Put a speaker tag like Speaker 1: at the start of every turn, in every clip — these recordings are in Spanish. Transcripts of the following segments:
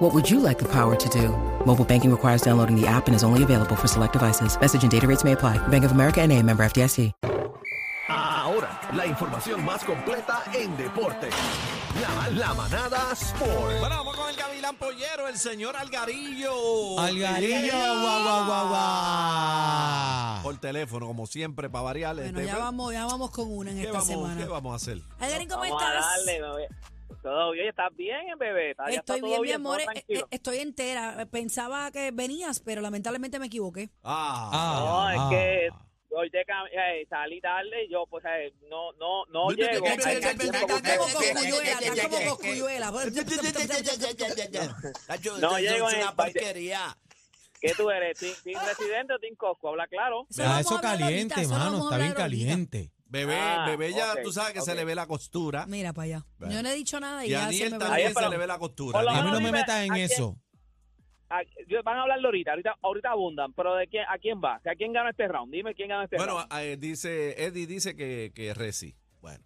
Speaker 1: What would you like the power to do? Mobile banking requires downloading the app and is only available for select devices. Message and data rates may apply. Bank of America and a member FDIC.
Speaker 2: Ahora, la información más completa en deporte. La, la manada Sport.
Speaker 3: Bueno, vamos con el Gavilán Pollero, el señor Algarillo.
Speaker 4: Algarillo, guau, guau, guau, guau.
Speaker 3: Por teléfono, como siempre, para variar.
Speaker 5: Bueno,
Speaker 3: Este,
Speaker 5: ya vamos, ya vamos con una en
Speaker 3: ¿qué,
Speaker 5: esta
Speaker 3: vamos,
Speaker 5: semana.
Speaker 3: ¿Qué vamos a hacer?
Speaker 5: Algarín, ¿cómo
Speaker 6: Vamos
Speaker 5: estás?
Speaker 6: a darle, bebé. Todo bien, ¿estás bien, bebé? ¿Está- ya está
Speaker 5: Estoy
Speaker 6: todo
Speaker 5: bien, mi
Speaker 6: todo
Speaker 5: amor. eh, eh,
Speaker 6: tranquilo?
Speaker 5: Estoy entera. Pensaba que venías, pero lamentablemente me equivoqué.
Speaker 3: Ah,
Speaker 6: no, es
Speaker 4: Ah.
Speaker 6: que hoy de cam- eh, salí tarde, yo pues eh, no, no, no
Speaker 3: Vete,
Speaker 6: llego.
Speaker 3: vete,
Speaker 6: Ay,
Speaker 3: vete,
Speaker 6: que-
Speaker 3: vete,
Speaker 6: como
Speaker 3: vete,
Speaker 6: que-
Speaker 3: vete,
Speaker 5: Estás como cocuyuela,
Speaker 3: vete,
Speaker 5: estás
Speaker 3: vete,
Speaker 5: como cocuyuela.
Speaker 3: eh,
Speaker 4: Nacho,
Speaker 6: No
Speaker 4: esto
Speaker 6: llego
Speaker 4: es
Speaker 6: en
Speaker 4: una
Speaker 6: el-
Speaker 4: porquería.
Speaker 6: ¿Qué tú eres? ¿Team, team residente o Team Cosco? Habla claro.
Speaker 5: Eso vamos a
Speaker 4: eso
Speaker 5: hablar ahorita,
Speaker 4: caliente,
Speaker 5: eso lo
Speaker 4: mano.
Speaker 5: vamos a
Speaker 4: Está
Speaker 5: hablar
Speaker 4: bien
Speaker 5: ahorita.
Speaker 4: caliente.
Speaker 3: bebé,
Speaker 6: Ah,
Speaker 3: bebé ya,
Speaker 6: ok,
Speaker 3: tú sabes que
Speaker 6: ok.
Speaker 3: se le ve la costura.
Speaker 5: Mira para allá.
Speaker 3: Bueno.
Speaker 5: Yo no he dicho nada y,
Speaker 3: y a
Speaker 5: ya se
Speaker 3: Aniel
Speaker 5: me
Speaker 6: Ahí
Speaker 3: también
Speaker 6: es,
Speaker 5: va.
Speaker 3: se
Speaker 6: pero-
Speaker 3: le ve la costura.
Speaker 6: Por lo
Speaker 4: A
Speaker 3: Aniel.
Speaker 4: mí no me
Speaker 6: dime,
Speaker 4: metas en
Speaker 6: ¿a quién?
Speaker 4: eso.
Speaker 6: Ah, yo- van a hablar ahorita, ahorita, ahorita abundan, pero ¿de quién, ¿a quién va? ¿A quién gana este round? Dime quién gana este
Speaker 3: Bueno,
Speaker 6: round.
Speaker 3: a- eh, dice, Eddie dice que, que Resi. Bueno,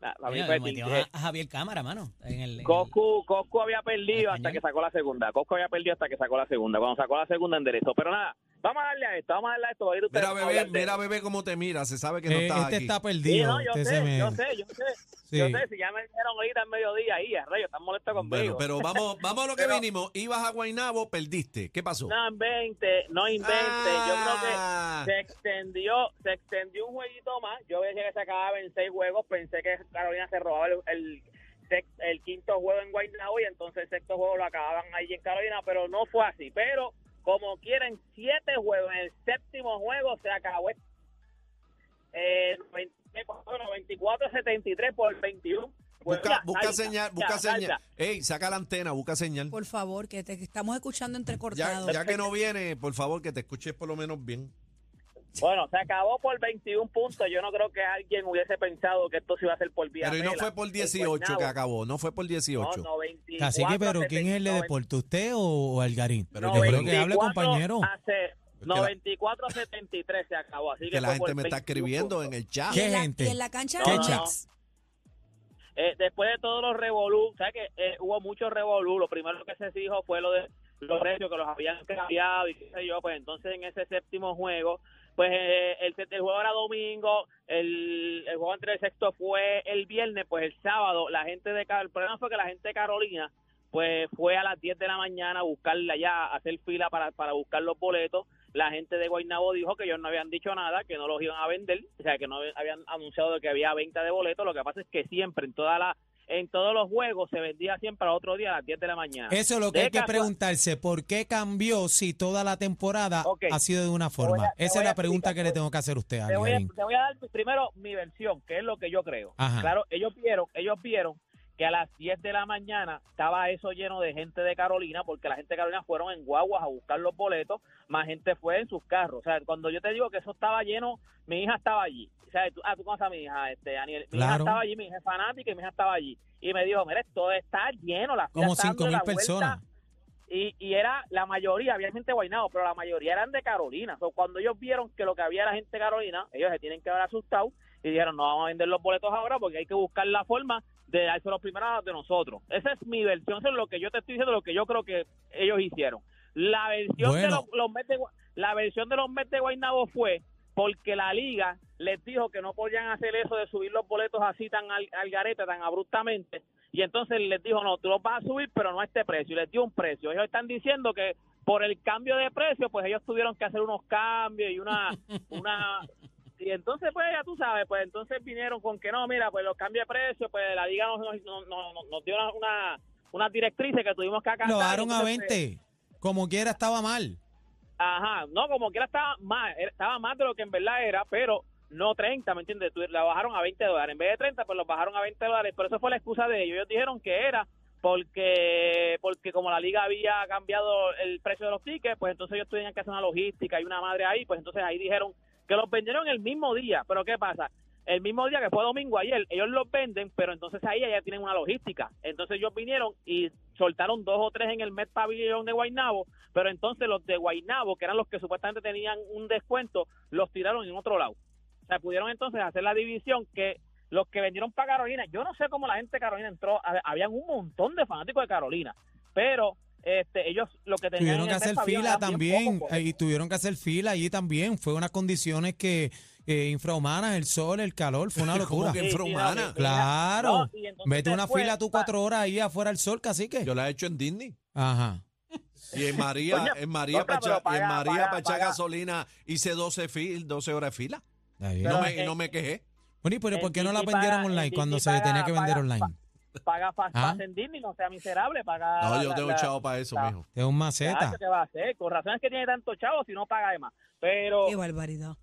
Speaker 6: Nah, para mí
Speaker 7: Coño,
Speaker 6: fue
Speaker 7: le metió
Speaker 6: Team-
Speaker 7: a a Javier Cámara, mano. En el, en el-
Speaker 6: Coscu, Coscu había perdido hasta
Speaker 7: Español.
Speaker 6: que sacó la segunda. Coscu había perdido hasta que sacó la segunda. Cuando sacó la segunda enderezó. Pero nada, vamos a darle a esto, vamos a darle a esto. para ir ustedes
Speaker 3: mira
Speaker 6: a
Speaker 3: bebé,
Speaker 6: hablar de-
Speaker 3: mira bebé cómo te mira, se sabe que no
Speaker 4: Eh,
Speaker 3: está
Speaker 4: este
Speaker 3: aquí.
Speaker 4: está
Speaker 6: Sí,
Speaker 4: perdido.
Speaker 6: no, yo
Speaker 4: Este se
Speaker 6: sé,
Speaker 4: me-
Speaker 6: yo sé, yo sé.
Speaker 4: Sí.
Speaker 6: Yo sé, si ya me dijeron ahorita al mediodía ahí, a rayos, están molestos
Speaker 3: Bueno,
Speaker 6: conmigo.
Speaker 3: pero vamos, vamos a lo que
Speaker 6: Pero-
Speaker 3: vinimos. Ibas a Guainabo, perdiste. ¿Qué pasó?
Speaker 6: No invente, no invente.
Speaker 3: Ah.
Speaker 6: Yo creo que se extendió, se extendió un jueguito más. Yo veía que se acababa en seis juegos. Pensé que Carolina se robaba el, el, sex- el quinto juego en Guaynabo y entonces el sexto juego lo acababan ahí en Carolina, pero no fue así. Pero como quieren, siete juegos. En el séptimo juego se acabó este eh, 94-73 por 21.
Speaker 3: Busca, busca señal, busca
Speaker 6: ya,
Speaker 3: señal.
Speaker 6: salsa.
Speaker 3: Ey, saca la antena, busca señal.
Speaker 5: Por favor, que te que estamos escuchando
Speaker 3: Ya,
Speaker 5: entrecortado.
Speaker 3: ya que no viene, por favor, que te escuches por lo menos bien.
Speaker 6: Bueno, se acabó por 21 puntos. Yo no creo que alguien hubiese pensado que esto se iba a hacer por vía
Speaker 3: Pero y no
Speaker 6: vela.
Speaker 3: fue por
Speaker 6: El
Speaker 3: 18 que
Speaker 6: Guaynabo.
Speaker 3: acabó, no fue por 18.
Speaker 6: pues, No, 94,
Speaker 4: Cacique, pero ¿quién es el de
Speaker 6: 70,
Speaker 4: deporte? ¿Usted o, o Algarín?
Speaker 3: Pero
Speaker 4: yo
Speaker 3: yo
Speaker 4: creo que hable,
Speaker 6: 94
Speaker 4: compañero.
Speaker 6: a ce-
Speaker 3: la-
Speaker 6: 94 73 se acabó. Así que,
Speaker 3: Que la
Speaker 6: fue por
Speaker 3: gente me está
Speaker 6: 21
Speaker 3: escribiendo
Speaker 6: puntos.
Speaker 3: en el chat.
Speaker 5: Y en la-
Speaker 4: gente?
Speaker 5: Y en la cancha
Speaker 6: ¿Qué
Speaker 5: de los
Speaker 6: chat?
Speaker 5: Mets.
Speaker 6: Eh, después de todos los revolú, ¿sabes que Hubo muchos revolú. Lo primero que se dijo fue lo de los recios que los habían cambiado y qué sé yo. Pues entonces en ese séptimo juego, pues eh, el, se- el juego era domingo, el, el juego entre el sexto fue el viernes, pues el sábado la gente de Car- el problema fue que la gente de Carolina pues fue a las 10 de la mañana a buscarla ya, a hacer fila para, para buscar los boletos. La gente de Guaynabo dijo que ellos no habían dicho nada, que no los iban a vender, o sea, que no habían anunciado de que había venta de boletos. Lo que pasa es que siempre en toda la en todos los juegos se vendía siempre a otro día a las 10 de la mañana.
Speaker 4: Eso es lo que
Speaker 6: De
Speaker 4: hay que
Speaker 6: casual-
Speaker 4: preguntarse. ¿Por qué cambió si toda la temporada
Speaker 6: Ok.
Speaker 4: ha sido de una
Speaker 6: voy
Speaker 4: forma?
Speaker 6: a- te
Speaker 4: Esa
Speaker 6: voy
Speaker 4: es
Speaker 6: a
Speaker 4: la pregunta
Speaker 6: explicar,
Speaker 4: que le tengo que hacer a usted,
Speaker 6: te voy, a,
Speaker 4: Algarín.
Speaker 6: te voy a dar pues, primero mi versión, que es lo que yo creo.
Speaker 4: Ajá.
Speaker 6: Claro, ellos vieron, ellos vieron que a las 10 de la mañana estaba eso lleno de gente de Carolina, porque la gente de Carolina fueron en guaguas a buscar los boletos, más gente fue en sus carros. O sea, cuando yo te digo que eso estaba lleno, mi hija estaba allí. O sea, tú, ah, tú conoces a mi hija, este, Daniel. Mi hija
Speaker 4: Claro.
Speaker 6: estaba allí, mi hija es fanática y mi hija estaba allí. Y me dijo, mira, esto está lleno. La fila
Speaker 4: Como
Speaker 6: está dando
Speaker 4: 5 mil
Speaker 6: la vuelta"
Speaker 4: personas.
Speaker 6: y, y era la mayoría, había gente de Guaynabo, pero la mayoría eran de Carolina. O sea, cuando ellos vieron que lo que había era gente de Carolina, ellos se tienen que haber asustado y dijeron, no vamos a vender los boletos ahora porque hay que buscar la forma de darse los primeros de nosotros. Esa es mi versión, eso es lo que yo te estoy diciendo, lo que yo creo que ellos hicieron. La versión de
Speaker 4: Bueno.
Speaker 6: los, los Mets de Gua- la versión de los Mets de Guaynabo fue porque la liga les dijo que no podían hacer eso de subir los boletos así tan al, al garete, tan abruptamente. Y entonces les dijo, no, tú los vas a subir, pero no a este precio. Y les dio un precio. Ellos están diciendo que por el cambio de precio, pues ellos tuvieron que hacer unos cambios y una... una y entonces, pues ya tú sabes, pues entonces vinieron con que no, mira, pues los cambios de precio, pues la liga nos, nos, nos- nos- nos dio una, una, unas directrices que tuvimos que acatar.
Speaker 4: Lo daron a
Speaker 6: Entonces, pues,
Speaker 4: 20. Como quiera estaba mal.
Speaker 6: Ajá, no, como quiera estaba más, era- estaba más de lo que en verdad era, pero no 30, ¿me entiendes? Tú- La bajaron a 20 dólares, en vez de 30, pues los bajaron a 20 dólares, pero eso fue la excusa de ellos. Ellos dijeron que era porque porque como la liga había cambiado el precio de los tickets, pues entonces ellos tenían que hacer una logística y una madre ahí, pues entonces ahí dijeron que los vendieron el mismo día. Pero ¿qué pasa? El mismo día que fue domingo ayer, ellos los venden, pero entonces ahí ya tienen una logística. Entonces ellos vinieron y soltaron dos o tres en el Met Pavilion de Guaynabo, pero entonces los de Guaynabo, que eran los que supuestamente tenían un descuento, los tiraron en otro lado. O sea, pudieron entonces hacer la división que los que vendieron para Carolina, yo no sé cómo la gente de Carolina entró, a- habían un montón de fanáticos de Carolina, pero este, ellos lo que tenían
Speaker 4: Tuvieron
Speaker 6: en
Speaker 4: que
Speaker 6: el Met
Speaker 4: hacer
Speaker 6: Pavilion
Speaker 4: fila
Speaker 6: eran bien
Speaker 4: también,
Speaker 6: pocos,
Speaker 4: eh, y tuvieron que hacer fila allí también. Fue unas condiciones que eh, infrahumanas, el sol, el calor, fue una locura.
Speaker 3: que
Speaker 6: Sí, sí, no,
Speaker 3: infrahumana?
Speaker 6: sí, sí.
Speaker 4: Claro,
Speaker 6: No, y entonces
Speaker 4: vete una
Speaker 6: después,
Speaker 4: fila tú
Speaker 6: pa-
Speaker 4: cuatro horas ahí afuera al sol, cacique.
Speaker 3: Yo la he hecho en Disney.
Speaker 4: Ajá.
Speaker 3: Y en María,
Speaker 6: Coño,
Speaker 3: en María,
Speaker 6: loca, pero
Speaker 3: Pacha,
Speaker 6: paga,
Speaker 3: en María
Speaker 6: paga,
Speaker 3: Pachá
Speaker 6: paga.
Speaker 3: gasolina hice 12, fil, 12 horas de fila.
Speaker 4: Ahí.
Speaker 3: Y no,
Speaker 6: Pero,
Speaker 3: me, y
Speaker 6: eh,
Speaker 3: no me quejé.
Speaker 4: Bueno, ¿y pero
Speaker 6: el
Speaker 4: por qué no la
Speaker 6: Disney
Speaker 4: vendieron
Speaker 6: paga-
Speaker 4: online
Speaker 6: el
Speaker 4: cuando se
Speaker 6: Disney
Speaker 4: tenía
Speaker 6: paga-
Speaker 4: que vender
Speaker 6: paga-
Speaker 4: online?
Speaker 6: Paga Fast
Speaker 4: Ah.
Speaker 6: Pass en Disney, no sea miserable, paga...
Speaker 3: No,
Speaker 6: la-
Speaker 3: yo no tengo
Speaker 6: la-
Speaker 3: chavo para eso,
Speaker 6: la-
Speaker 3: mijo.
Speaker 4: Es un
Speaker 6: Chacho,
Speaker 4: maceta.
Speaker 6: ¿qué va a hacer? Con razones que tiene tanto chavo si no paga de más. Pero,
Speaker 5: Qué barbaridad.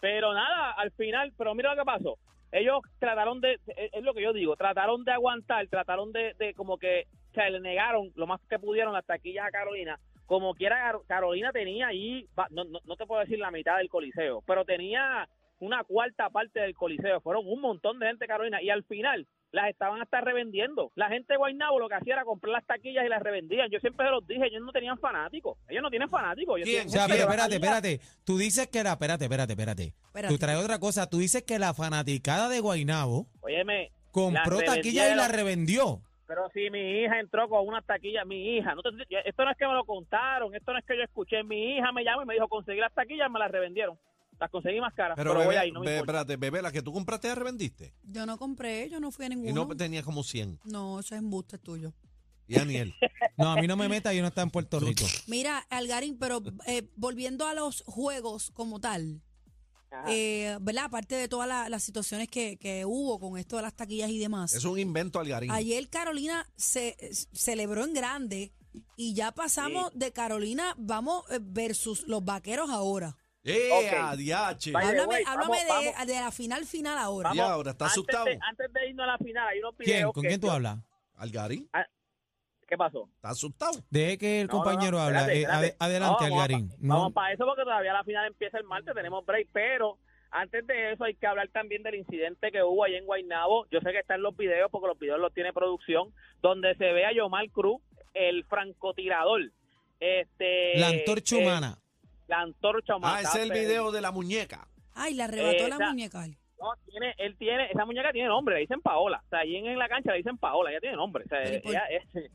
Speaker 6: pero nada, al final, pero mira lo que pasó. Ellos trataron de, es es lo que yo digo, trataron de aguantar, trataron de, de como que, o sea, le negaron lo más que pudieron las taquillas a Carolina. Como quiera, Car- Carolina tenía ahí, va- no, no- no te puedo decir la mitad del coliseo, pero tenía una cuarta parte del coliseo. Fueron un montón de gente de Carolina y al final las estaban hasta revendiendo. La gente de Guaynabo lo que hacía era comprar las taquillas y las revendían. Yo siempre se los dije, ellos no tenían fanáticos. Ellos no tienen fanáticos. Ellos
Speaker 3: ¿Quién?
Speaker 6: tienen
Speaker 4: O sea,
Speaker 6: gente
Speaker 4: pero
Speaker 6: que va
Speaker 4: espérate,
Speaker 6: allá.
Speaker 4: espérate. Tú dices que la. Espérate, espérate, espérate.
Speaker 5: Espérate.
Speaker 4: Tú traes otra cosa. Tú dices que la fanaticada de Guainabo
Speaker 6: Óyeme,
Speaker 4: compró
Speaker 6: Las
Speaker 4: taquilla y la
Speaker 6: revendieron.
Speaker 4: revendió.
Speaker 6: Pero si mi hija entró con una taquilla, mi hija, no te- esto no es que me lo contaron, esto no es que yo escuché, mi hija me llamó y me dijo, conseguí las taquillas, me las revendieron. Las conseguí más caras, pero,
Speaker 3: Pero, bebé,
Speaker 6: voy ahí, no me
Speaker 3: bebé,
Speaker 6: importa.
Speaker 3: espérate, bebé, la que tú compraste la revendiste.
Speaker 5: Yo no compré, yo no fui a
Speaker 3: Y
Speaker 5: ninguno.
Speaker 3: no
Speaker 5: No,
Speaker 3: tenías como 100.
Speaker 5: eso es embuste tuyo.
Speaker 3: Y Aniel.
Speaker 4: No, a mí no me meta, yo no estaba en Puerto Rico.
Speaker 5: Mira, Algarín, pero eh, volviendo a los juegos como tal,
Speaker 6: Ajá.
Speaker 5: eh, ¿verdad? Aparte de todas la- las situaciones que, que hubo con esto de las taquillas y demás.
Speaker 3: es un invento algarín.
Speaker 5: Ayer Carolina se eh, celebró en grande y ya pasamos de Carolina, vamos eh, versus los vaqueros ahora.
Speaker 3: ¡Eh,
Speaker 6: Ok.
Speaker 3: adiache!
Speaker 6: By the
Speaker 5: Háblame,
Speaker 6: way,
Speaker 5: háblame
Speaker 6: vamos,
Speaker 5: de, de la final final ahora.
Speaker 3: Vamos. Ya, ahora está
Speaker 6: antes
Speaker 3: asustado.
Speaker 6: De, antes de irnos a la final, hay unos videos
Speaker 4: ¿Quién? ¿Con
Speaker 6: que
Speaker 4: quién tú
Speaker 6: yo-
Speaker 4: hablas?
Speaker 3: Algarín,
Speaker 6: ¿Qué pasó?
Speaker 3: está asustado.
Speaker 4: Deje que el
Speaker 6: No,
Speaker 4: compañero
Speaker 6: no, no,
Speaker 4: habla.
Speaker 6: espérate,
Speaker 4: Eh,
Speaker 6: espérate.
Speaker 4: ade- adelante,
Speaker 6: No, vamos
Speaker 4: Algarín.
Speaker 6: pa-
Speaker 4: No.
Speaker 6: Vamos para eso porque todavía la final empieza el martes, tenemos break, pero antes de eso hay que hablar también del incidente que hubo ahí en Guaynabo. Yo sé que están los videos porque los videos los tiene producción, donde se ve a Yomar Cruz, el francotirador. Este,
Speaker 4: la antorcha
Speaker 6: eh,
Speaker 4: humana.
Speaker 6: la antorcha humana.
Speaker 3: Ah, ese es el
Speaker 6: Estaba
Speaker 3: video de la muñeca.
Speaker 5: Ay, le arrebató
Speaker 6: Eh,
Speaker 5: la
Speaker 6: esa-
Speaker 5: muñeca. Ale.
Speaker 6: no, tiene, él tiene, esa muñeca tiene nombre, le dicen Paola. O sea, allí en, en la cancha le dicen Paola, ella tiene nombre. O sea,
Speaker 5: Pero, ¿y por-
Speaker 6: ella, es-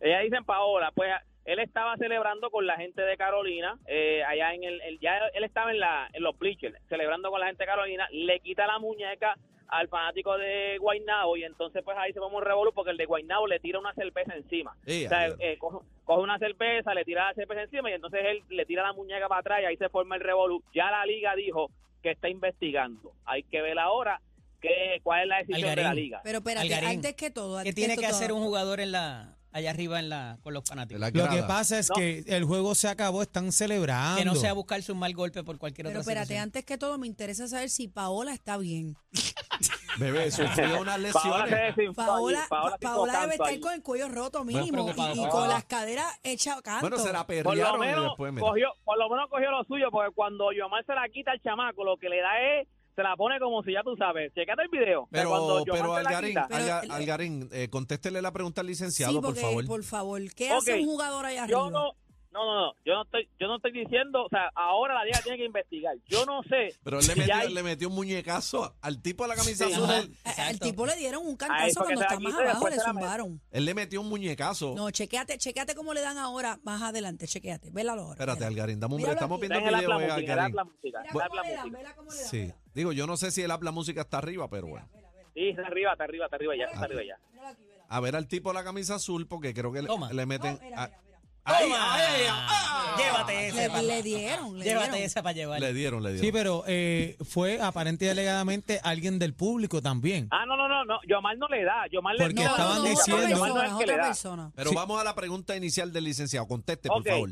Speaker 6: ella dicen Paola. Pues él estaba celebrando con la gente de Carolina, eh, allá en el, el- ya él estaba en, la, en los bleachers, celebrando con la gente de Carolina, le quita la muñeca al fanático de Guaynabo y entonces pues ahí se vamos un revolú porque el de Guaynabo le tira una cerveza encima.
Speaker 3: Eh,
Speaker 6: O sea,
Speaker 3: adiache.
Speaker 6: eh, coge, coge una cerveza, le tira la cerveza encima y entonces él le tira la muñeca para atrás y ahí se forma el revolú. Ya la liga dijo que está investigando. Hay que ver ahora que, cuál es la decisión de la
Speaker 7: Algarín.
Speaker 6: liga.
Speaker 5: Pero espérate,
Speaker 7: Algarín,
Speaker 5: antes que todo.
Speaker 7: ¿Qué
Speaker 5: antes
Speaker 7: tiene
Speaker 5: to-
Speaker 7: que
Speaker 5: todo.
Speaker 7: hacer un jugador en la allá arriba en la con los
Speaker 3: De
Speaker 7: fanáticos?
Speaker 3: la
Speaker 4: Lo que
Speaker 3: grada.
Speaker 4: pasa es
Speaker 6: No.
Speaker 4: que el juego se acabó, están celebrando.
Speaker 7: Que no sea buscarse un mal golpe por cualquier
Speaker 5: Pero
Speaker 7: otra
Speaker 5: espérate,
Speaker 7: situación.
Speaker 5: antes que todo me interesa saber si Paola está bien.
Speaker 3: Bebé, sufrió unas
Speaker 6: Paola se
Speaker 3: lesiones.
Speaker 6: desinfló allí,
Speaker 5: Paola, Pa-
Speaker 6: picó
Speaker 5: Paola debe
Speaker 6: tanto
Speaker 5: estar
Speaker 6: allí.
Speaker 5: con el cuello roto
Speaker 7: Bueno,
Speaker 5: mínimo y- y,
Speaker 7: preocupado,
Speaker 5: con
Speaker 7: preocupado.
Speaker 5: las caderas hechas a canto.
Speaker 3: Bueno, se la
Speaker 6: Por lo,
Speaker 3: perrearon y
Speaker 6: menos
Speaker 3: después, mira.
Speaker 6: cogió, por lo menos cogió lo suyo, porque cuando Yomar se la quita al chamaco, lo que le da es, se la pone como si ya tú sabes. Checate el video. O sea,
Speaker 3: Pero,
Speaker 6: cuando
Speaker 3: pero
Speaker 6: Yomar se la
Speaker 3: Algarín,
Speaker 6: quita-
Speaker 3: Alga-
Speaker 5: Pero-
Speaker 3: Algarín, eh, contéstele la pregunta al licenciado,
Speaker 5: Sí,
Speaker 3: por
Speaker 5: porque,
Speaker 3: favor.
Speaker 5: ¿qué
Speaker 6: Ok,
Speaker 5: hace un jugador allá arriba?
Speaker 6: yo no, no, no, no, yo no estoy, yo no estoy diciendo, o sea, ahora la liga tiene que investigar. Yo no sé.
Speaker 3: Pero él le
Speaker 6: si
Speaker 3: metió,
Speaker 6: hay-
Speaker 3: le metió un muñecazo al tipo de la camisa
Speaker 6: Sí,
Speaker 3: azul.
Speaker 7: ajá.
Speaker 3: Él,
Speaker 5: A- Al
Speaker 7: Exacto.
Speaker 5: tipo le dieron un
Speaker 6: Ahí
Speaker 5: cantazo
Speaker 6: fue que
Speaker 5: cuando
Speaker 6: se la
Speaker 5: está más
Speaker 6: quitó y
Speaker 5: abajo,
Speaker 6: después
Speaker 5: le
Speaker 6: se la metió.
Speaker 5: zumbaron.
Speaker 3: él le metió un muñecazo.
Speaker 5: No, chequeate, chequeate cómo le dan ahora, más adelante, chequeate, vélalo ahora.
Speaker 3: Espérate,
Speaker 5: vélalo.
Speaker 3: Algarín, dame un
Speaker 5: Míralo
Speaker 3: break. Estamos
Speaker 5: aquí.
Speaker 3: viendo el
Speaker 6: Dejen
Speaker 3: video, eh,
Speaker 6: la música,
Speaker 3: Algarín.
Speaker 6: música,
Speaker 5: Mira
Speaker 6: la
Speaker 5: cómo le dan,
Speaker 6: música.
Speaker 5: vela cómo le dan,
Speaker 3: Sí.
Speaker 5: vela.
Speaker 3: Digo, yo no sé si el habla música está arriba, pero bueno.
Speaker 6: Sí, está arriba, está arriba, está arriba ya, está
Speaker 3: Ah.
Speaker 6: arriba ya.
Speaker 5: Míralo aquí, vela.
Speaker 3: A ver al tipo de la camisa azul, porque creo que le,
Speaker 7: Toma.
Speaker 3: le meten.
Speaker 5: No, mira,
Speaker 3: a-
Speaker 5: mira, mira.
Speaker 3: ¡Ay,
Speaker 7: ¡Toma!
Speaker 3: ay, ay, ah!
Speaker 7: Llévate
Speaker 5: Le,
Speaker 7: esa.
Speaker 5: le dieron, le
Speaker 7: Llévate
Speaker 5: dieron.
Speaker 7: esa para llevar.
Speaker 3: Le dieron, le dieron.
Speaker 4: Sí, pero eh, fue aparente y alegadamente alguien del público también.
Speaker 6: Ah, no, no, no, no, Yomar no le da, Yomar le
Speaker 4: Porque
Speaker 5: No,
Speaker 6: mira,
Speaker 5: no,
Speaker 4: estaban
Speaker 5: no,
Speaker 6: la música,
Speaker 5: otra
Speaker 6: pero
Speaker 4: diciendo-
Speaker 6: Yomar no es
Speaker 5: persona,
Speaker 6: el que le
Speaker 5: otra
Speaker 6: da.
Speaker 5: persona.
Speaker 3: Pero
Speaker 4: Sí.
Speaker 3: vamos a la pregunta inicial del licenciado. Conteste,
Speaker 6: Ok.
Speaker 3: por favor.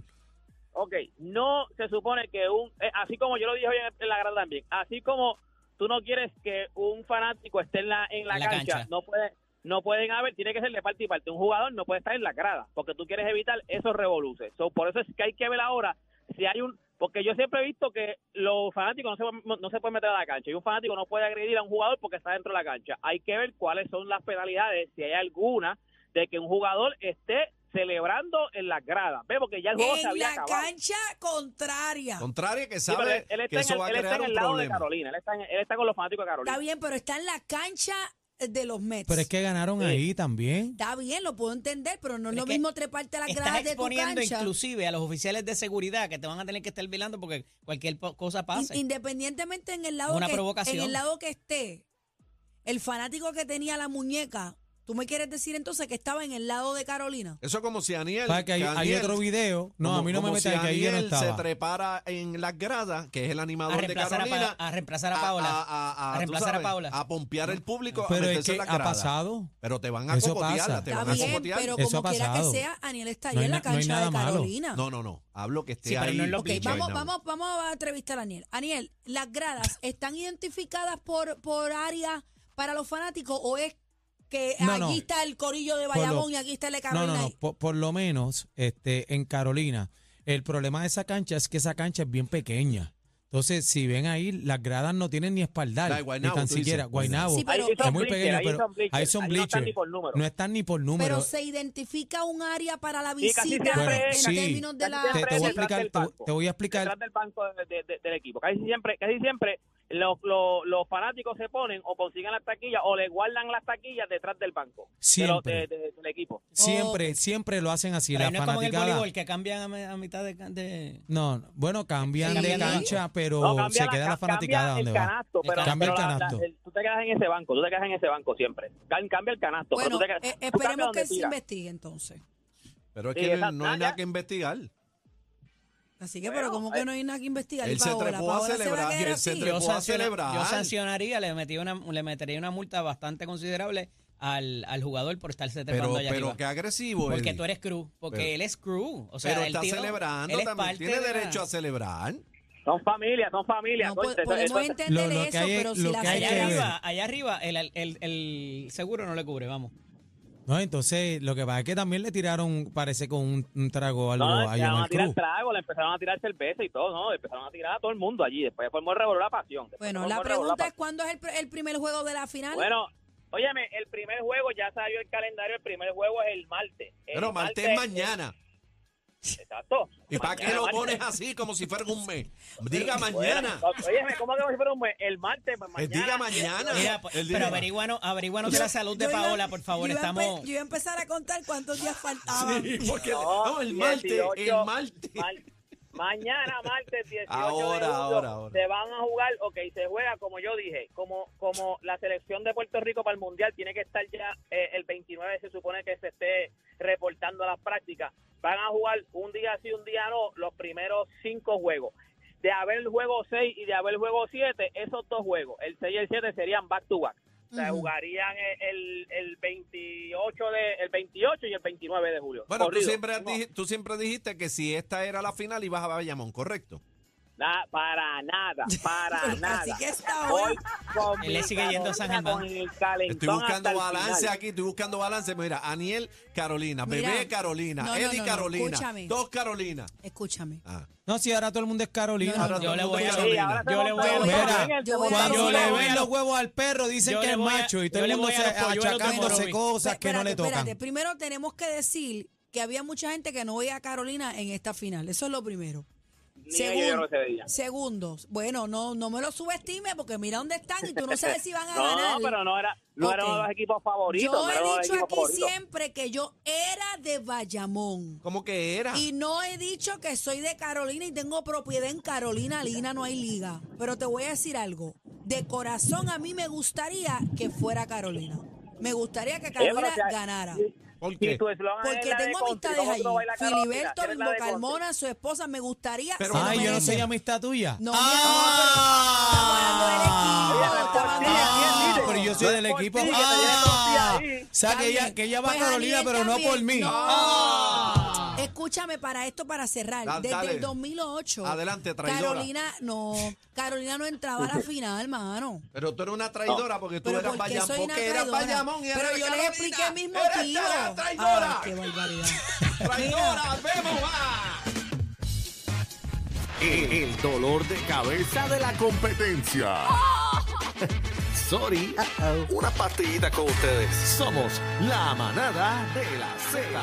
Speaker 6: Ok, no se supone que un, eh, así como yo lo dije hoy en, en la grada también, así como tú no quieres que un fanático esté en la, en la,
Speaker 7: En la
Speaker 6: cancha,
Speaker 7: cancha.
Speaker 6: no puede, no pueden haber, tiene que ser de parte y parte, un jugador no puede estar en la grada, porque tú quieres evitar esos revoluces. So, por eso es que hay que ver ahora si hay un, Porque yo siempre he visto que los fanáticos no se, pueden- no se pueden meter a la cancha y un fanático no puede agredir a un jugador porque está dentro de la cancha. Hay que ver cuáles son las penalidades, si hay alguna, de que un jugador esté celebrando en las gradas. Ve, porque ya el juego se
Speaker 5: en
Speaker 6: había
Speaker 5: la
Speaker 6: acabado.
Speaker 5: cancha contraria.
Speaker 3: Contraria que
Speaker 6: Sí, pero
Speaker 3: sabe
Speaker 6: él, él
Speaker 3: que
Speaker 6: está
Speaker 3: eso
Speaker 6: en el,
Speaker 3: va a
Speaker 6: él está
Speaker 3: crear
Speaker 6: en el
Speaker 3: un
Speaker 6: lado de
Speaker 3: problema.
Speaker 6: Carolina, él está, en- él está con los fanáticos de Carolina.
Speaker 5: Está bien, pero está en la cancha de los Mets.
Speaker 4: Pero es que ganaron ahí también.
Speaker 5: Está bien, lo puedo entender, pero no es
Speaker 7: Pero
Speaker 5: lo
Speaker 7: es que
Speaker 5: mismo treparte a las
Speaker 7: Estás
Speaker 5: gradas de tu
Speaker 7: exponiendo
Speaker 5: cancha.
Speaker 7: inclusive a los oficiales de seguridad que te van a tener que estar velando porque cualquier po- cosa
Speaker 5: In-
Speaker 7: pase.
Speaker 5: Independientemente en el lado
Speaker 7: Una
Speaker 5: que,
Speaker 7: provocación.
Speaker 5: en el lado que esté, el fanático que tenía la muñeca, tú me quieres decir entonces que estaba en el lado de Carolina.
Speaker 3: Eso como si Aniel.
Speaker 4: ¿Sabes que hay, hay
Speaker 3: Aniel-
Speaker 4: otro video? No,
Speaker 3: como-
Speaker 4: a mí no me
Speaker 3: como
Speaker 4: metas
Speaker 3: si
Speaker 4: que ahí yo no
Speaker 3: Aniel se
Speaker 4: estaba.
Speaker 3: trepara en las gradas, que es el
Speaker 7: A
Speaker 3: animador de
Speaker 7: reemplazar a,
Speaker 3: Carolina. Ah,
Speaker 7: Pa- a reemplazar a Paola.
Speaker 3: A, a- a-
Speaker 7: A
Speaker 3: tú
Speaker 7: reemplazar a
Speaker 3: sabes, Ah,
Speaker 7: Paola.
Speaker 3: A pompear el público.
Speaker 4: Pero
Speaker 3: a
Speaker 4: es
Speaker 3: meterse
Speaker 4: que
Speaker 3: en las
Speaker 4: ha
Speaker 3: gradas.
Speaker 4: pasado.
Speaker 3: Pero te van a
Speaker 4: Eso
Speaker 3: cocotearla,
Speaker 4: pasa.
Speaker 3: te
Speaker 5: Está
Speaker 3: van a
Speaker 5: bien,
Speaker 3: cocotear.
Speaker 5: pero
Speaker 4: Eso
Speaker 5: como
Speaker 4: ha
Speaker 5: quiera que
Speaker 4: pasado.
Speaker 5: sea, Aniel está ahí
Speaker 4: No hay
Speaker 5: en la
Speaker 4: na- no hay
Speaker 5: cancha
Speaker 4: nada
Speaker 5: de
Speaker 4: malo.
Speaker 5: Carolina.
Speaker 3: No, no, no. Hablo que esté
Speaker 7: Sí, pero
Speaker 3: ahí.
Speaker 7: no es lo
Speaker 5: Ok,
Speaker 7: Pitcher,
Speaker 5: vamos,
Speaker 3: no.
Speaker 5: vamos, vamos a entrevistar a Aniel. Aniel, ¿las gradas están identificadas por, por área para los fanáticos o es que
Speaker 4: No,
Speaker 5: aquí
Speaker 4: no.
Speaker 5: está el corillo de
Speaker 4: Por lo-
Speaker 5: Bayamón y aquí está el de
Speaker 4: No,
Speaker 5: Carolina?
Speaker 4: no, no.
Speaker 5: Y-
Speaker 4: Por, por lo menos este, en Carolina, el problema de esa cancha es que esa cancha es bien pequeña. Entonces, si ven ahí, las gradas no tienen ni espaldar,
Speaker 3: La de Guaynabo,
Speaker 4: ni tan
Speaker 3: tú dices.
Speaker 4: siquiera. Guaynabo.
Speaker 5: Sí, pero-
Speaker 6: Ahí son
Speaker 4: es muy
Speaker 6: bleachers,
Speaker 4: pequeño,
Speaker 6: ahí
Speaker 4: pero
Speaker 6: son bleachers,
Speaker 4: ahí son
Speaker 6: ahí no están ni
Speaker 4: bleachers.
Speaker 6: por número.
Speaker 4: No están ni por número.
Speaker 5: Pero se identifica un área para la
Speaker 6: Sí, casi
Speaker 5: visita
Speaker 6: siempre
Speaker 5: en
Speaker 6: es, casi
Speaker 5: términos de
Speaker 6: siempre
Speaker 5: la...
Speaker 6: es
Speaker 4: te, te voy
Speaker 6: detrás
Speaker 4: a explicar,
Speaker 6: del
Speaker 4: te,
Speaker 6: banco.
Speaker 4: te voy a explicar.
Speaker 6: detrás del banco de- de- de- del equipo. Casi siempre, casi siempre los, los, los fanáticos se ponen o consiguen las taquillas o le guardan las taquillas detrás del banco de los- de-
Speaker 4: Siempre.
Speaker 6: de- del equipo.
Speaker 4: Siempre, siempre lo hacen así.
Speaker 7: Pero
Speaker 4: La
Speaker 7: ahí no es como en el
Speaker 4: fanaticada-
Speaker 7: voleibol que cambian a, me- a mitad de, de-
Speaker 4: No, no, bueno, cambian
Speaker 7: Sí,
Speaker 4: de
Speaker 7: cambian de
Speaker 4: cancha, pero
Speaker 6: No, cambia
Speaker 4: Oh, se queda la
Speaker 6: ca- cambia
Speaker 4: fanaticada donde
Speaker 6: el
Speaker 4: va.
Speaker 6: canasto, pero,
Speaker 4: Cambia
Speaker 6: pero
Speaker 4: el
Speaker 6: la- la-
Speaker 4: canasto.
Speaker 6: el- tú te quedas en ese banco, tú te quedas en ese banco siempre. Cam- Cambia el canasto. pero
Speaker 5: Bueno,
Speaker 6: tú te
Speaker 5: eh,
Speaker 6: quedas- tú cambias
Speaker 5: esperemos
Speaker 6: donde
Speaker 5: que se
Speaker 6: tiras.
Speaker 5: investigue entonces.
Speaker 3: Pero es
Speaker 6: Sí,
Speaker 3: que
Speaker 6: esa
Speaker 3: no hay nada
Speaker 6: talla-
Speaker 3: que investigar.
Speaker 5: Así que, pero como
Speaker 6: eh,
Speaker 5: que no hay nada que investigar.
Speaker 3: Él
Speaker 5: Y
Speaker 3: se
Speaker 5: Paola,
Speaker 3: trepó a
Speaker 5: Paola se va a
Speaker 3: celebrar,
Speaker 5: quedar
Speaker 3: él se trepó.
Speaker 5: así.
Speaker 3: Pero
Speaker 7: yo,
Speaker 3: puedo
Speaker 7: sanciona-
Speaker 3: celebrar.
Speaker 7: yo sancionaría, le, metí una, le metería una multa bastante considerable al, al jugador por estarse
Speaker 3: Pero,
Speaker 7: trepando allá
Speaker 3: pero
Speaker 7: arriba.
Speaker 3: qué agresivo
Speaker 7: Porque
Speaker 3: él.
Speaker 7: tú eres crew, porque
Speaker 3: Pues, Pero-
Speaker 7: él es crew. O sea,
Speaker 3: pero
Speaker 7: el
Speaker 3: está
Speaker 7: tío-
Speaker 3: celebrando
Speaker 7: él es
Speaker 3: también.
Speaker 7: parte
Speaker 3: Tiene
Speaker 7: de la-
Speaker 3: derecho a celebrar.
Speaker 6: Son familias, son familias.
Speaker 5: No po-
Speaker 6: coño, eso- eso-
Speaker 5: podemos entender
Speaker 4: Lo- lo que
Speaker 5: eso,
Speaker 4: hay es-
Speaker 5: pero si
Speaker 4: lo
Speaker 5: la
Speaker 4: que hay
Speaker 7: Allá
Speaker 4: es que
Speaker 5: federación...
Speaker 4: ver.
Speaker 7: arriba, allá arriba el, el- el seguro no le cubre, vamos.
Speaker 4: No, entonces lo que pasa es que también le tiraron, parece con un, un trago algo
Speaker 6: No,
Speaker 4: a
Speaker 6: empezaron a
Speaker 4: Yomel
Speaker 6: tirar
Speaker 4: Cruz.
Speaker 6: trago, le empezaron a tirar cerveza y todo, ¿no? Le empezaron a tirar a todo el mundo allí. Después formó el revolver la pasión. después
Speaker 5: Bueno,
Speaker 6: formó
Speaker 5: la
Speaker 6: el revolver
Speaker 5: pregunta es,
Speaker 6: pasión.
Speaker 5: ¿cuándo es el, pr- el primer juego de la final?
Speaker 6: Bueno, óyeme, el primer juego, ya salió el calendario, el primer juego es el martes. El
Speaker 3: Pero martes es mañana.
Speaker 6: Exacto.
Speaker 3: ¿Y para qué lo
Speaker 6: martes.
Speaker 3: pones así como si fuera un mes? Diga
Speaker 6: Bueno,
Speaker 3: mañana.
Speaker 6: Óyeme, ¿cómo que va a ser un mes? El martes, pues,
Speaker 3: Eh,
Speaker 6: mañana.
Speaker 3: Diga mañana.
Speaker 7: Mira, pues,
Speaker 3: El
Speaker 7: pero
Speaker 3: día-
Speaker 7: averíguanos, averíguanos de la salud de
Speaker 5: Yo iba-
Speaker 7: Paola, por favor.
Speaker 5: yo iba a empe-
Speaker 7: Estamos.
Speaker 5: Yo iba a empezar a contar cuántos días faltaban.
Speaker 3: Sí, porque
Speaker 6: No,
Speaker 3: no, el martes,
Speaker 6: 18,
Speaker 3: el martes.
Speaker 6: mar- Mañana, martes 18 de
Speaker 3: Ahora,
Speaker 6: julio,
Speaker 3: ahora, ahora.
Speaker 6: se van a jugar, ok, se juega, como yo dije, como como la selección de Puerto Rico para el Mundial tiene que estar ya eh, el 29, se supone que se esté reportando a las prácticas. Van a jugar un día sí, un día no, los primeros cinco juegos. De haber el juego 6 y de haber el juego 7, esos dos juegos, el 6 y el 7 serían back to back. O sea,
Speaker 5: Ujú.
Speaker 6: jugarían el, el 28 de el 28 y el 29 de julio.
Speaker 3: Bueno, tú
Speaker 6: Corrido.
Speaker 3: siempre,
Speaker 6: No.
Speaker 3: dij- tú siempre dijiste que si esta era la final ibas a Bayamón, ¿correcto?
Speaker 6: Na- para nada, para nada.
Speaker 5: Así que está
Speaker 6: Voy
Speaker 5: ahora.
Speaker 6: con
Speaker 7: Él le
Speaker 6: mi
Speaker 7: sigue yendo a San Germán.
Speaker 6: Carolina con el calentón
Speaker 3: Estoy buscando
Speaker 6: hasta el
Speaker 3: balance
Speaker 6: final.
Speaker 3: aquí, estoy buscando balance. Mira, Aniel Carolina,
Speaker 5: Mira.
Speaker 3: Bebé Carolina,
Speaker 5: No, no,
Speaker 3: Eddie
Speaker 5: no, no,
Speaker 3: Carolina,
Speaker 5: escúchame.
Speaker 3: dos Carolina.
Speaker 5: Escúchame.
Speaker 3: Ah,
Speaker 4: No, si ahora todo el mundo es Carolina.
Speaker 5: No,
Speaker 3: ahora
Speaker 7: Yo
Speaker 3: todo el
Speaker 7: le
Speaker 3: mundo
Speaker 7: voy
Speaker 3: es
Speaker 7: a.
Speaker 6: Sí,
Speaker 3: Carolina.
Speaker 6: ahora se
Speaker 7: Yo le voy a.
Speaker 6: montó
Speaker 4: Mira,
Speaker 6: en el
Speaker 5: yo voy a
Speaker 6: segundo
Speaker 4: Cuando
Speaker 5: Yo
Speaker 4: le
Speaker 5: le voy
Speaker 4: ven
Speaker 5: a
Speaker 4: los
Speaker 7: los-
Speaker 4: huevos al perro, dicen
Speaker 7: yo
Speaker 4: que
Speaker 7: le
Speaker 4: es
Speaker 7: voy a-
Speaker 4: macho y todo
Speaker 7: yo
Speaker 4: el
Speaker 7: le
Speaker 4: mundo
Speaker 7: voy a
Speaker 4: se
Speaker 7: los polluelos de
Speaker 4: achacándose
Speaker 7: Morovis.
Speaker 4: cosas que no le tocan.
Speaker 5: espérate. Primero tenemos que decir que había mucha gente que no veía a Carolina en esta final. Eso es lo primero.
Speaker 6: Ni ellos yo no se veía.
Speaker 5: segundos. Bueno, no, no me lo subestime porque mira dónde están y tú no sabes si van a
Speaker 6: No,
Speaker 5: ganar.
Speaker 6: no, pero no era, no era
Speaker 5: Ok.
Speaker 6: uno de los equipos favoritos.
Speaker 5: Yo
Speaker 6: no era uno de
Speaker 5: he
Speaker 6: los
Speaker 5: dicho
Speaker 6: equipos
Speaker 5: aquí
Speaker 6: favoritos.
Speaker 5: siempre que yo era de Bayamón.
Speaker 3: ¿Cómo que era?
Speaker 5: Y no he dicho que soy de Carolina y tengo propiedad en Carolina, Lina, no hay liga. Pero te voy a decir algo. De corazón a mí me gustaría que fuera Carolina. Me gustaría que
Speaker 6: Oye, Eh, pero
Speaker 5: Carolina
Speaker 6: si hay-
Speaker 5: ganara.
Speaker 3: ¿Por
Speaker 6: si
Speaker 3: qué?
Speaker 6: tu eslogan es
Speaker 5: Porque
Speaker 6: la de
Speaker 5: tengo
Speaker 6: country,
Speaker 5: amistades
Speaker 6: ¿cómo
Speaker 5: allí.
Speaker 6: tú no bailas Carolina?
Speaker 5: Filiberto,
Speaker 6: ¿Quieres la
Speaker 5: Bimbo
Speaker 6: de country?
Speaker 5: Carmona, su esposa, me gustaría.
Speaker 3: Pero-
Speaker 5: se lo
Speaker 4: Ay, yo no soy
Speaker 5: merece.
Speaker 4: amistad tuya.
Speaker 5: No, mi
Speaker 4: Ah.
Speaker 5: amor, pero estamos hablando del equipo.
Speaker 6: Oye,
Speaker 5: estamos
Speaker 4: Ah,
Speaker 5: hablando-
Speaker 6: ¿quién dice?
Speaker 4: pero yo soy del
Speaker 6: Por
Speaker 4: equipo.
Speaker 6: ti, que te
Speaker 4: Ah,
Speaker 6: lleve contigo ahí.
Speaker 4: o sea, que
Speaker 5: Está
Speaker 4: ella,
Speaker 5: bien.
Speaker 4: que ella va
Speaker 5: Pues
Speaker 4: a Carolina,
Speaker 5: Aniel
Speaker 4: pero no
Speaker 5: también.
Speaker 4: por mí.
Speaker 5: No.
Speaker 3: Ah.
Speaker 5: Escúchame para esto, para cerrar.
Speaker 3: Dale,
Speaker 5: Desde
Speaker 3: dale.
Speaker 5: el 2008.
Speaker 3: Adelante, traidora.
Speaker 5: Carolina, no. Carolina no entraba a la final, mano.
Speaker 3: Pero tú eres una traidora porque tú
Speaker 5: Pero
Speaker 3: eras
Speaker 5: ¿por qué
Speaker 3: Bayamón.
Speaker 5: soy una
Speaker 3: Porque eras
Speaker 5: traidora?
Speaker 3: Bayamón y
Speaker 5: Pero
Speaker 3: eras
Speaker 5: yo les
Speaker 3: Carolina.
Speaker 5: expliqué mis
Speaker 3: Eres
Speaker 5: motivos.
Speaker 3: tra- traidora.
Speaker 5: Ay, qué barbaridad.
Speaker 3: traidora, vemos. ah.
Speaker 2: el, el dolor de cabeza de la competencia. Sorry, una partidita con ustedes. Somos la manada de la Z.